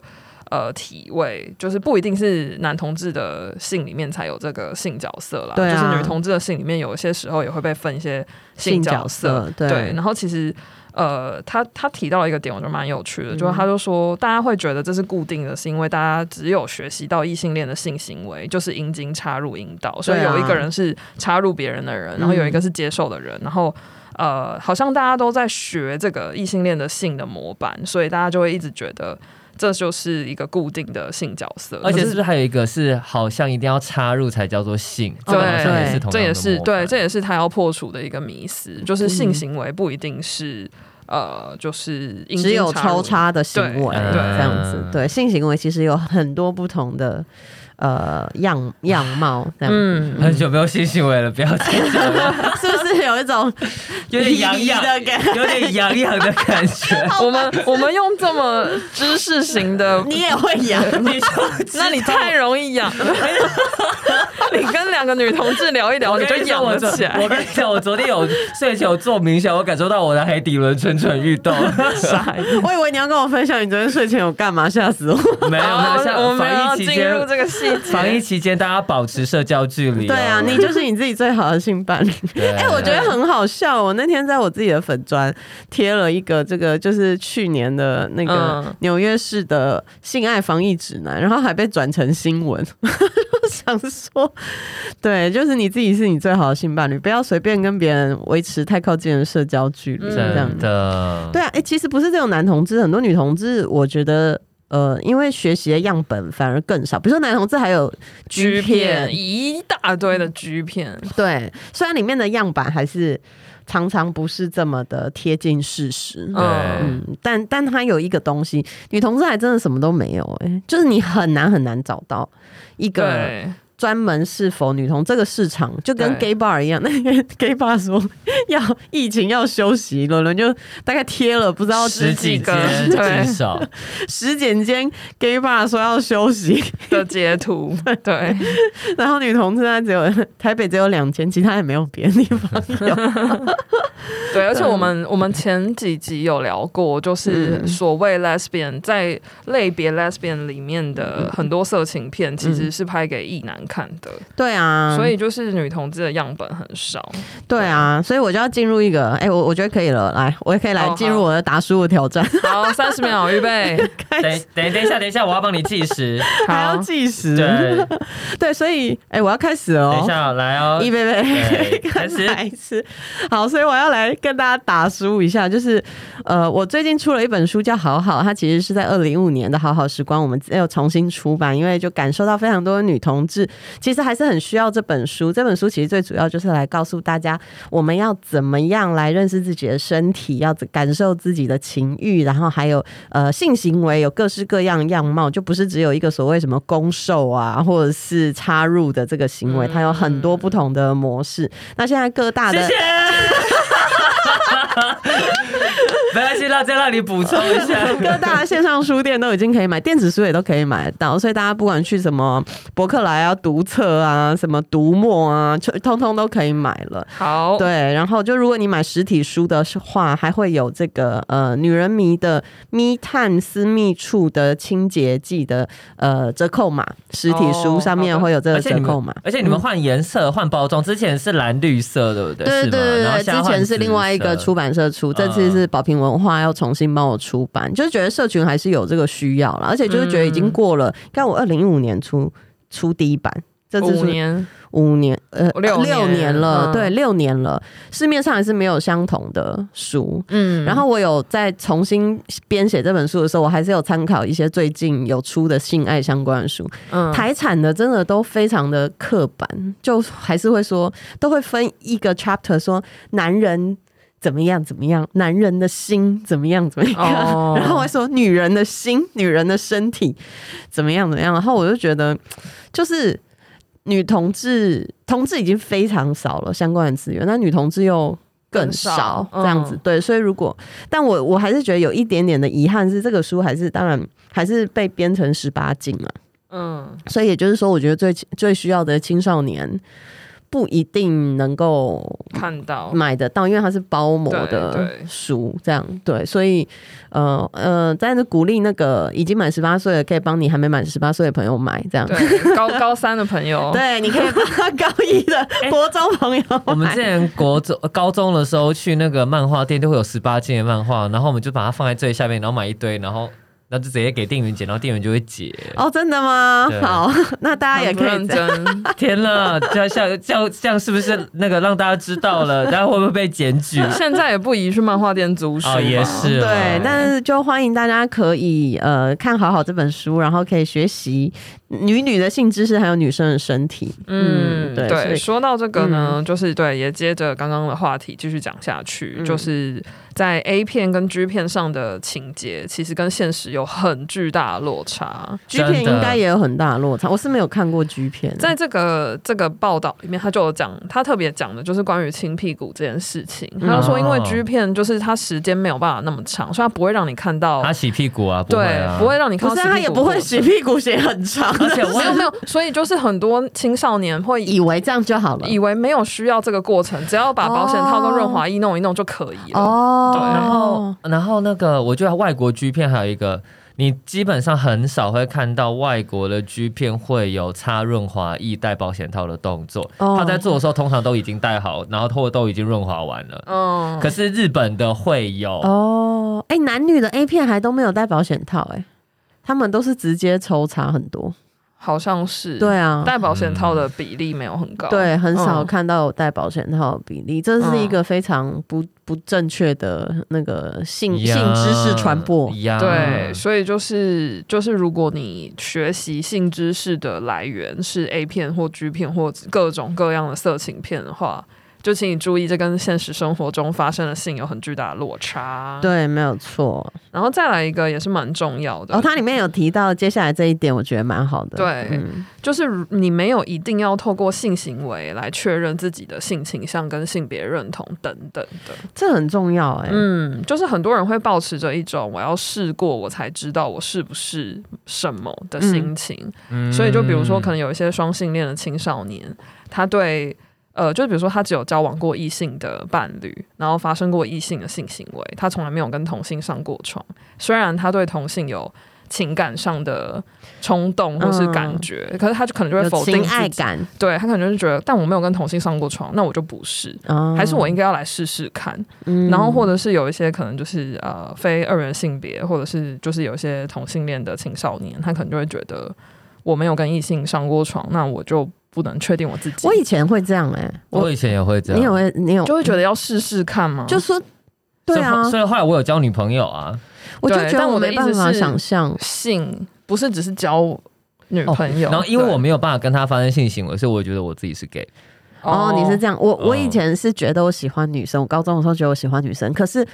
S4: 呃体位，就是不一定是男同志的性里面才有这个性角色啦，
S1: 对啊
S4: 就是女同志的性里面有一些时候也会被分一些
S1: 性
S4: 角
S1: 角色，对
S4: 对，然后其实呃，他他提到一个点，我觉得蛮有趣的，就是他就说，大家会觉得这是固定的，是因为大家只有学习到异性恋的性行为，就是阴茎插入阴道，所以
S1: 对啊
S4: 有一个人是插入别人的人，然后有一个是接受的人，然后。呃，好像大家都在学这个异性恋的性的模板，所以大家就会一直觉得这就是一个固定的性角色，
S2: 而且是
S4: 就
S2: 不是还有一个是好像一定要插入才叫做性？这个好像也是同样的
S4: 这也是
S2: 模板
S4: 对，这也是他要破除的一个迷思，就是性行为不一定是、呃，就是阴茎
S1: 只有
S4: 插入
S1: 抽插的行为
S4: 对
S2: 对
S1: 这样子
S2: 嗯，
S1: 对性行为其实有很多不同的呃样样貌，这样、
S4: 嗯，
S2: 很久没有性行为了，不要再 讲了，
S1: 是不是有一种
S2: 有点痒痒
S1: 的感觉？，
S2: 有点痒痒的感 觉。
S4: 我们我们用这么知识型的
S1: 你也会痒，
S2: 你就知道
S4: 那你太容易痒了。 你跟两个女同志聊一聊，
S2: 我
S4: 你就
S2: 跟你
S4: 痒
S2: 讲，我
S4: 了
S2: 昨
S4: 起
S2: 我
S4: 来。
S2: 跟你讲，我昨天有睡前有做冥想，我感受到我的海底轮蠢蠢欲动。
S4: 傻眼
S1: 我以为你要跟我分享你昨天睡前有干嘛，吓死我！
S2: 没有没有，
S4: 我
S2: 像
S4: 们没有
S2: 防
S4: 要
S2: 疫期
S4: 进入
S2: 间，
S4: 这个细节。
S2: 防疫期间大家保持社交距离哦。
S1: 对啊，你就是你自己最好的性伴侣。
S2: 对
S1: 哎、我觉得很好笑。我那天在我自己的粉砖贴了一个这个，就是去年的那个
S4: 嗯
S1: 纽约市的性爱防疫指南，然后还被转成新闻。 我想说，对，就是你自己是你最好的性伴侣，不要随便跟别人维持太靠近的社交距离，嗯这样
S2: 真的，
S1: 对啊，哎、其实不是这种男同志，很多女同志，我觉得。呃，因为学习的样本反而更少，比如说男同志还有
S4: G
S1: 片
S4: 片一大堆的 G 片，
S1: 对，虽然里面的样板还是常常不是这么的贴近事实，
S2: 对
S4: 嗯
S1: 嗯，但但它有一个东西，女同志还真的什么都没有、欸，就是你很难很难找到一个
S4: 对，
S1: 专门是否女同这个市场，就跟
S4: 对
S1: gay bar 一样，那个 gay bar 说 要疫情要休息，伦伦就大概贴了不知道
S2: 十几
S4: 个
S2: 间
S4: 对
S2: 至 少，
S1: 十几间 gay bar 说要休息，
S4: 的截图，对，
S1: 然后女同志她只有台北只有两间，其他也没有别的地方有。
S4: 对，而且我们我们前几集有聊过，
S1: 嗯
S4: 就是所谓 lesbian 在类别 lesbian 里面的很多色情片，其
S1: 嗯
S4: 实是拍给异男看的，
S1: 对啊，
S4: 所以就是女同志的样本很少。
S1: 对啊，所以我就要进入一个，哎、我我觉得可以了，来，我也可以来
S4: 哦
S1: 进入我的打输的挑战，
S4: 好，三十秒，预备，
S2: 等等等一下，等一下，我要帮你计时。
S1: 还要
S4: 好，
S1: 计时，
S2: 对，
S1: 对所以，哎、我要开始了
S2: 等一
S1: 哦，
S2: 下来哦
S1: 一。杯 杯，
S2: 对开始
S1: 来一次，好，所以我要来跟大家打输一下，就是，呃，我最近出了一本书叫《好好》，它其实是在二零一五年的《好好时光》，我们又重新出版，因为就感受到非常多的女同志其实还是很需要这本书。这本书其实最主要就是来告诉大家，我们要怎么样来认识自己的身体，要怎感受自己的情欲，然后还有呃性行为有各式各样的样貌，就不是只有一个所谓什么攻受啊，或者是插入的这个行为，它有很多不同的模式。那现在各大的
S2: 嗯谢谢。 没关系，那再让你补充一下。
S1: 各大线上书店都已经可以买，电子书也都可以买得到，所以大家不管去什么博客来啊、读册啊、什么读墨啊，就通通都可以买了。
S2: 哦
S4: 好，
S1: 对，然后就如果你买实体书的话，还会有这个呃女人迷的咪探私密处的清洁剂的呃折扣码，实体书
S4: 哦
S1: 上面
S4: 好的
S1: 会有这
S2: 而
S1: 个
S2: 且你
S1: 折呃扣
S2: 们
S1: 码。，嗯
S2: 而且你们换颜色、换包装，之前是蓝绿色，对不对？
S1: 对对
S2: 是吗
S1: 对
S2: 然后
S1: 对，
S2: 现在
S1: 之
S2: 换嗯
S1: 前是另外一个
S2: 紫色
S1: 出版社出，这次是宝瓶文化要重新帮我出版，就是觉得社群还
S2: 嗯
S1: 是有这个需要了，而且就是觉得已经过了，但我二零一五年出出第一版。这次
S4: 五
S1: 是
S4: 年，
S1: 五年，呃，
S2: 哦
S4: 六
S1: 呃六
S4: 年
S1: 年了，
S4: 嗯
S1: 对，六年了。市面上也是没有相同的书。
S4: 嗯
S1: 然后我有在重新编写这本书的时候，我还是有参考一些最近有出的性爱相关的书。
S4: 嗯
S1: 台产的真的都非常的刻板，就还是会说，都会分一个 chapter 说男人怎么样怎么样，男人的心怎么样怎么样，
S4: 哦
S1: 然后会说女人的心、女人的身体怎么样怎么样，然后我就觉得就是。女同志，同志已经非常少了相关的资源，那女同志又更
S4: 更少
S1: 少，
S4: 嗯
S1: 这样子、对，所以如果，但我我还是觉得有一点点的遗憾是，这个书还是当然还是被编成十八禁嘛，
S4: 嗯
S1: 所以也就是说，我觉得最最需要的青少年不一定能够
S4: 看到，
S1: 买得到，因为它是包膜
S4: 对
S1: 的
S4: 对
S1: 书，这样对，所以呃呃，但是鼓励那个已经满十八岁了，可以帮你还没满十八岁的朋友买这样。
S4: 对，高高三的朋友，
S1: 对，你可以帮高一的国中朋友
S2: 我们
S1: 买
S2: 之前国中、呃高中的时候去那个漫画店，就会有十八禁的漫画，然后我们就把它放在最下面，然后买一堆，然后那就直接给店员剪，然后店员就会解。
S1: 哦，真的吗？
S2: 对
S1: 好， 那大家也
S4: 很不
S1: 可以
S4: 认
S1: 这样。
S4: 真，
S2: 天呐，这样像这样这样是不是那个让大家知道了，然后会不会被检举？
S4: 现在也不宜去漫画店租书嘛，
S2: 哦，也是哦，
S1: 对，但是就欢迎大家可以呃看好好这本书，然后可以学习女女的性知识，还有女生的身体。
S4: 嗯，
S1: 对，所以
S4: 对，说到这个呢，就是对，也接着刚刚的话题继续讲下去，
S1: 嗯
S4: 就是在 A 片跟 G 片上的情节，其实跟现实有很巨大的落差。
S1: G 片应该也有很大的落差，我是没有看过 G 片。
S4: 在这个这个报道里面，他就有讲，他特别讲的就是关于亲屁股这件事情。他就说，因为
S2: 哦
S4: G 片就是它时间没有办法那么长，所以它不会让你看到，
S2: 他洗屁股啊，不会
S4: 对
S2: 啊，，
S4: 不会让你看
S1: 不
S4: 到
S1: 是
S4: 死屁股的过程，
S1: 他也不会洗屁股写很长，
S2: 而且我
S4: 没有
S2: 有
S4: 没有，所以就是很多青少年会
S1: 以为这样就好了。
S4: 以为没有需要这个过程，只要把保险套跟润滑液弄一弄就可以了。
S1: 哦，
S4: 对啊
S2: 然后，然后那个，我觉得外国 G 片还有一个，你基本上很少会看到外国的 G 片会有擦润滑液、戴保险套的动作。
S1: 哦
S2: 他在做的时候，通常都已经戴好，然后或都已经润滑完了。
S4: 嗯，
S2: 可是日本的会有，
S1: 哦，哎、男女的 A 片还都没有戴保险套、哎，他们都是直接抽查很多。
S4: 好像是
S1: 对，啊，
S4: 戴保险套的比例没有很高，
S1: 对，啊很少
S4: 嗯
S1: 看到有戴保险套的比例，这是一个非常
S4: 嗯
S1: 不不正确的那个性
S2: 呀
S1: 性知识传播。
S2: 呀
S1: 嗯
S4: 对，所以就是就是，如果你学习性知识的来源是 A 片或 G 片或各种各样的色情片的话，就请你注意，这跟现实生活中发生的性有很巨大的落差。，
S1: 对，没有错。
S4: 然后再来一个也是蛮重要的，
S1: 哦，它里面有提到接下来这一点，我觉得蛮好的。
S4: 对
S1: 嗯
S4: 就是如你没有一定要透过性行为来确认自己的性倾向跟性别认同等等的。
S1: 这很重要哎、
S4: 嗯，就是很多人会保持着一种我要试过我才知道我是不是什么的心情，
S2: 嗯
S4: 所以就比如说可能有一些双性恋的青少年，他对。呃，就比如说，他只有交往过异性的伴侣，然后发生过异性的性行为，他从来没有跟同性上过床。虽然他对同性有情感上的冲动或是感觉，可是他就可能就会
S1: 嗯有
S4: 否定
S1: 情
S4: 自
S1: 爱
S4: 己
S1: 感，
S4: 对他可能就是觉得，但我没有跟同性上过床，那我就不是，
S1: 哦
S4: 还是我应该要来试试看。
S1: 嗯
S4: 然后或者是有一些可能就是呃非二元性别，或者是就是有一些同性恋的青少年，他可能就会觉得我没有跟异性上过床，那我就不能确定我自己，
S1: 嗯我以前会这样哎、
S2: 我以前也会这样，
S1: 你有你有
S4: 就会觉得要试试看嘛。
S1: 就说对啊
S2: 所以，所以后来我有交女朋友啊，
S1: 我就
S4: 对
S1: 觉得
S4: 但
S1: 我
S4: 我的
S1: 没
S4: 意思
S1: 办法
S4: 是
S1: 想象。
S4: 性不是只是交女朋友，
S2: 哦然后因为
S4: 对
S2: 我没有办法跟她发生性行为，所以我觉得我自己是 gay。
S1: 哦，你是这样，我我以
S2: 哦
S1: 前是觉得我喜欢女生，我高中的时候觉得我喜欢女生，可是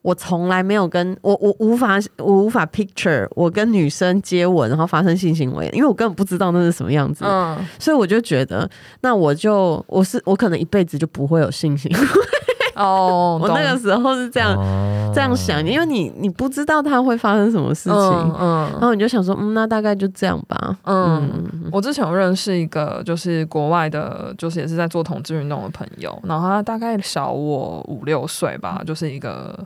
S1: 我从来没有跟我我无法我无法 picture 我跟女生接吻然后发生性行为，因为我根本不知道那是什么样子，
S4: 嗯，
S1: 所以我就觉得那我就我是我可能一辈子就不会有性行为，
S4: 哦，
S1: 我那个
S4: 懂
S1: 时候是这样、
S2: 哦
S1: 这样想，因为你你不知道它会发生什么事情，
S4: 嗯
S1: 然后你就想说，嗯，那大概就这样吧，
S4: 嗯
S1: 嗯。
S4: 我之前有认识一个，就是国外的，就是也是在做统治运动的朋友，然后他大概小我五六岁吧，就是一个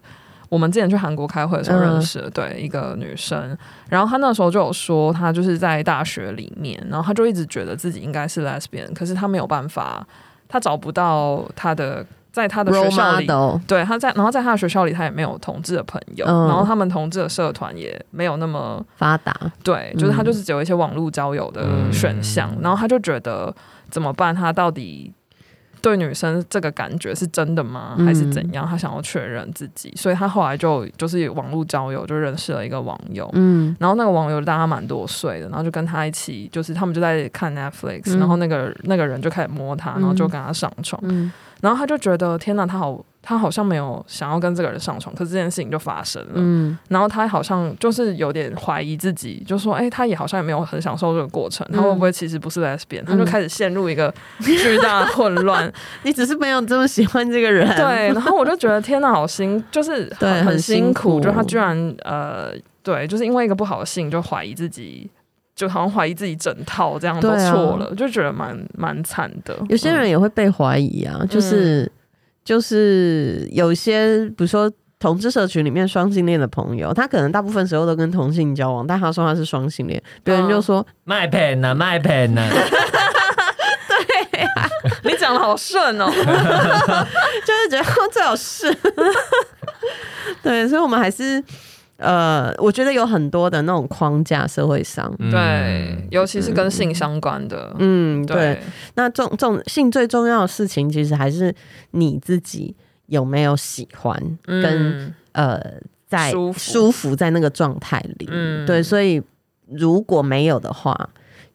S4: 我们之前去韩国开会的时候
S1: 嗯
S4: 认识的，对，一个女生。然后她那时候就有说，她就是在大学里面，然后她就一直觉得自己应该是 lesbian，可是她没有办法，她找不到她的在他的
S1: role
S4: 学校里
S1: model，
S4: 对，他在，然后在他的学校里，他也没有同志的朋友，
S1: 嗯
S4: 然后他们同志的社团也没有那么
S1: 发达，
S4: 对，就是他
S1: 嗯
S4: 就是只有一些网络交友的
S2: 嗯
S4: 选项，然后他就觉得怎么办？他到底对女生这个感觉是真的吗？还
S1: 嗯
S4: 是怎样？他想要确认自己，所以他后来就就是网络交友，就认识了一个网友。
S1: 嗯
S4: 然后那个网友大他蛮多岁的，然后就跟他一起，就是他们就在看 Netflix，、
S1: 嗯
S4: 然后那个那个人就开始摸他，然后就跟他上床，
S1: 嗯
S4: 然后他就觉得天哪，他好，他好像没有想要跟这个人上床，可是这件事情就发生了。
S1: 嗯
S4: 然后他好像就是有点怀疑自己，就说：“哎、他也好像也没有很享受这个过程，他会
S1: 嗯
S4: 不会其实不是 lesbian？”、他就开始陷入一个巨大的混 乱。
S1: 你只是没有这么喜欢这个人，
S4: 对，然后我就觉得天哪，好辛，就是
S1: 对
S4: 很
S1: 很
S4: 辛
S1: 辛苦
S4: 就他居然呃，对，就是因为一个不好的性就怀疑自己，就好像怀疑自己整套这样都
S1: 对啊
S4: 错了，就觉得蛮蛮惨的。嗯
S1: 有些人也会被怀疑啊，就是、就是有些，比如说同志社群里面双性恋的朋友，他可能大部分时候都跟同性交往，但他说他是双性恋，别人
S4: 嗯
S1: 就说、
S2: 卖片呢，卖片呢，
S4: 你讲的好顺哦，
S1: 就是觉得 最好是，对，所以我们还是呃，我觉得有很多的那种框架社会上。
S2: 嗯
S4: 对，尤其是跟性相关的，
S1: 嗯，对
S4: 对，，
S1: 那重重性最重要的事情，其实还是你自己有没有喜欢，跟
S4: 嗯
S1: 呃在
S4: 舒服
S1: 舒服在那个状态里，
S4: 嗯
S1: 对，所以如果没有的话，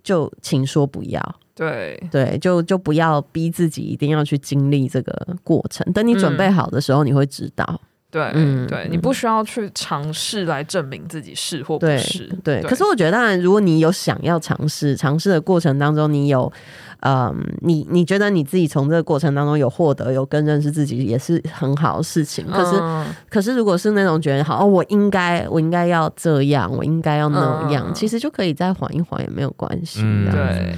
S1: 就请说不要，
S4: 对，
S1: 对，就就不要逼自己一定要去经历这个过程。等你准备好的时候，你会知道，
S4: 对，
S1: 嗯
S4: 对
S1: 嗯
S4: 你不需要去尝试来证明自己是或不
S1: 对
S4: 是。
S1: 对。可是我觉得，当然，如果你有想要尝试，尝试的过程当中，你有，嗯，你你觉得你自己从这个过程当中有获得，有更认识自己，也是很好的事情。可是
S4: 嗯
S1: 可是如果是那种觉得好，哦，我应该我应该要这样，我应该要那样，
S4: 嗯
S1: 其实就可以再缓一缓，也没有关系、
S2: 嗯
S1: 啊。
S4: 对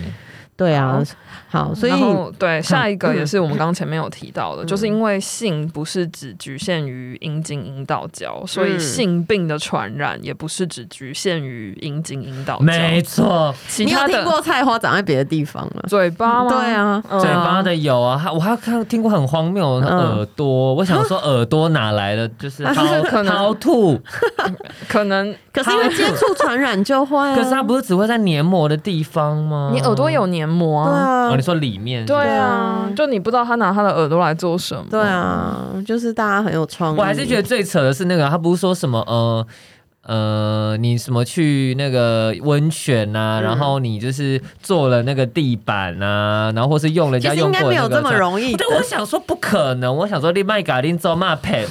S1: 对啊，好，所以
S4: 然后对下一个
S1: 嗯
S4: 也是我们刚刚前面有提到的，就是因为性不是只局限于阴茎阴道交，所以
S1: 嗯
S4: 性病的传染也不是只局限于阴茎阴道
S2: 没
S4: 交。
S2: 错，
S4: 其
S1: 你有
S4: 他
S1: 听
S4: 的
S1: 过菜花长在别的地方吗？
S4: 嘴巴吗？
S1: 对啊，
S4: 嗯，
S2: 嘴巴的有啊，还我还看听过很荒谬的
S1: 嗯
S2: 耳朵，我想说耳朵哪来的，就是
S4: 啊就是
S2: 掏
S4: 可能
S2: 掏吐，
S4: 可能
S2: 嗯
S1: 可是因为接触传染就会、啊，
S2: 可是它不是只会在黏膜的地方吗？
S4: 你耳朵有黏膜
S1: 对
S4: 啊。
S1: 啊
S2: 哦，你，说里面是不是
S4: 对啊
S1: 对啊，
S4: 就你不知道他拿他的耳朵来做什么。
S1: 对啊，就是大家很有创意。
S2: 我还是觉得最扯的是那个，他不是说什么呃呃，你什么去那个温泉呐、
S1: 嗯
S2: 然后你就是坐了那个地板呐、然后或是用人
S1: 其
S2: 家
S1: 实应
S2: 用
S1: 该
S2: 过
S1: 没
S2: 的那
S1: 有
S2: 个
S1: 这么
S2: 餐
S1: 容易的
S2: 对，，我想说不可能，我想说另外嘎林走骂 配，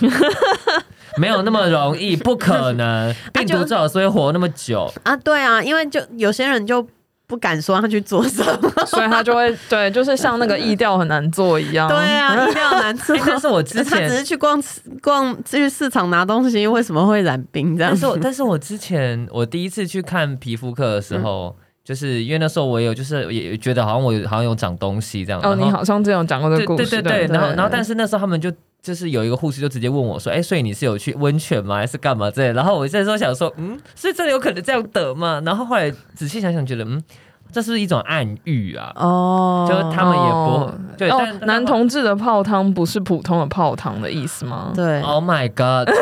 S2: 没有那么容易，不可 能，病毒最好是会活那么久。
S1: 啊，对啊，因为就有些人就不敢说他去做什么，
S4: 所以他就会对，就是像 那个意调很难做一样。
S1: 对啊，一定要 难做。
S2: 哎但是我哦之
S1: 他只
S2: 前
S1: 是。去逛市逛去市场拿东西，为什么会染病这样
S2: 但是
S1: 子？
S2: 我但是我之前我第一次去看皮肤科的时候，
S1: 嗯
S2: 就是因为那时候我有就是也也觉得好像我有好像有长东西这样。
S4: 哦，
S2: 然后
S4: 你好像之前有讲过这
S2: 对
S4: 个故
S2: 对
S4: 事，
S2: 对对，然后然后但
S4: 是
S2: 是那时候他们就就是有一个护士就直接问我说，哎、所以你是有去温泉吗？还是干嘛之类的？然后我那时候想说，嗯，所以真的有可能这样得吗？然后后来仔细想想，觉得嗯，这是不是一种暗喻啊？
S1: 哦
S2: 就是他们也不对，
S4: 哦
S2: 但，
S4: 男。同志的泡汤不是普通的泡汤的意思吗？
S1: 对。
S2: Oh my god!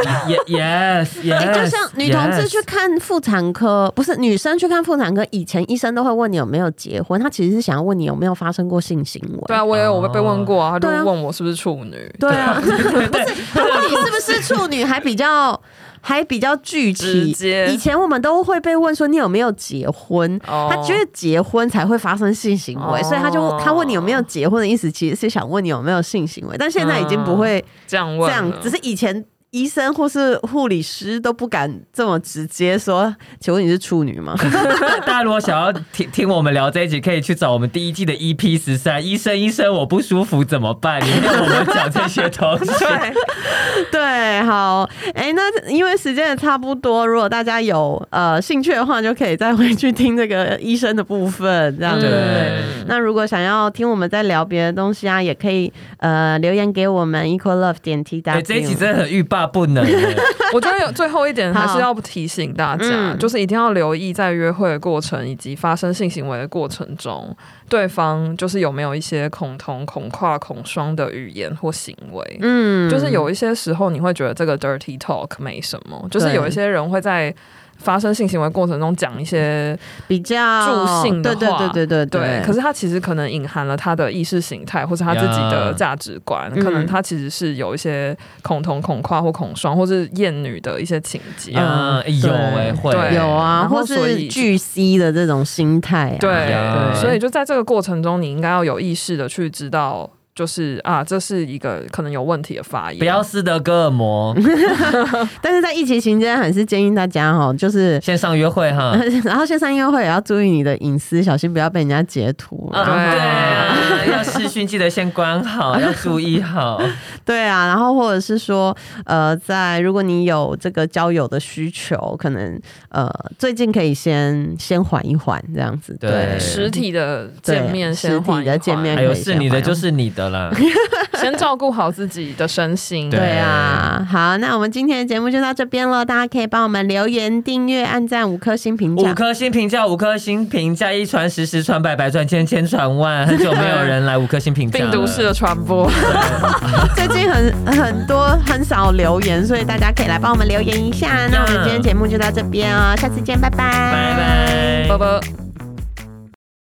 S2: Yes, yes.
S1: 哎、就像女同志去看妇产科，不是女生去看妇产科，以前医生都会问你有没有结婚，他其实是想要问你有没有发生过性行为。
S4: 对啊，我也有
S2: 哦
S4: 被问过啊，他就
S1: 对啊
S4: 问我是不是处女，
S1: 对啊，不是他问你是不是处女，还比较还比较具
S4: 直。
S1: 体
S4: 接
S1: 以前我们都会被问说你有没有结婚，
S2: 啊
S4: 哦
S1: 他觉得结婚才会发生性行为，
S4: 哦
S1: 所以他就他问你有没有结婚的意思，其实是想问你有没有性行为，但现在已经不会
S4: 这样
S1: 这
S4: 嗯问啊
S1: 样，
S4: 了，
S1: 只是以前。医生或是护理师都不敢这么直接说，请问你是处女吗？
S2: 大家如果想要听听我们聊这一集，可以去找我们第一季的 EP 十三。医生，医生，我不舒服怎么办？里面我们讲这些东 西。
S1: 对，好，哎、那因为时间也差不多，如果大家有呃兴趣的话，就可以再回去听这个医生的部分，这样
S4: 嗯
S1: 对不对？
S2: 对
S1: 那如果想要听我们在聊别的东西啊，也可以呃留言给我们 equal love 点 t w。
S2: 哎、这一集真的很欲罢不能耶，
S4: 我觉得有最后一点还
S1: 好
S4: 是要提醒大家，
S1: 嗯
S4: 就是一定要留意在约会的过程以及发生性行为的过程中，对方就是有没有一些恐同、恐跨、恐双的语言或行为。
S1: 嗯
S4: 就是有一些时候你会觉得这个 dirty talk 没什么，就是有一些人会在发生性行为过程中讲一些
S1: 比较
S4: 助兴的
S1: 对对
S4: 话
S1: 对对对
S4: 对，
S1: 对。
S4: 可是他其实可能隐含了他的意识形态或是他自己的
S2: 呀
S4: 价值观
S1: 嗯
S4: 可能他其实是有一些恐同、恐跨或恐双，或是厌女的一些情节。
S1: 嗯
S2: 啊，有哎
S1: 对
S2: 会
S4: 嗯对
S1: 有啊，
S4: 然后
S1: 或
S4: 所
S1: 是
S4: 以
S1: 巨 C 的这种心态、啊，
S4: 对
S2: 呀
S4: 所以就在这个过程中，你应该要有意识的去知道，就是啊，这是一个可能有问题的发言。
S2: 不要斯德哥尔摩，
S1: 但是在疫情期间，还是建议大家哈，就是。
S2: 线上约会 哈。
S1: 然后线上约会也要注意你的隐私，小心不要被人家截图。
S2: 啊
S4: 对
S2: 对啊，要视讯记得先关好，要注意 好。
S1: 对啊，然后或者是说，呃，在如果你有这个交友的需求，可能呃最近可以先先缓一缓这样子。
S2: 对
S1: 对，
S4: 实体的
S1: 对
S4: 见面
S1: 实
S4: 先
S1: 体
S4: 缓一
S1: 的见
S4: 缓
S1: 面
S2: 哎
S1: 可以
S2: 呦，
S1: 先
S2: 是你的
S1: 缓一
S2: 就
S1: 缓
S2: 是你的 啦。
S4: 先照顾好自己的身心。
S2: 对
S1: 对啊，好，那我们今天的节目就到这边了，大家可以帮我们留言、订阅、按赞五颗星评价
S2: 五。颗星评价，五颗星评价，一传十，十传百，百传千，千传万。很久没有人来五颗星评价
S4: 病
S2: 了
S4: 毒式的传播，
S1: 最近很很多很少留言，所以大家可以来帮我们留言一下。那我们今天节目就到这边哦，下次见，拜拜，
S2: 拜拜。
S4: 啵啵。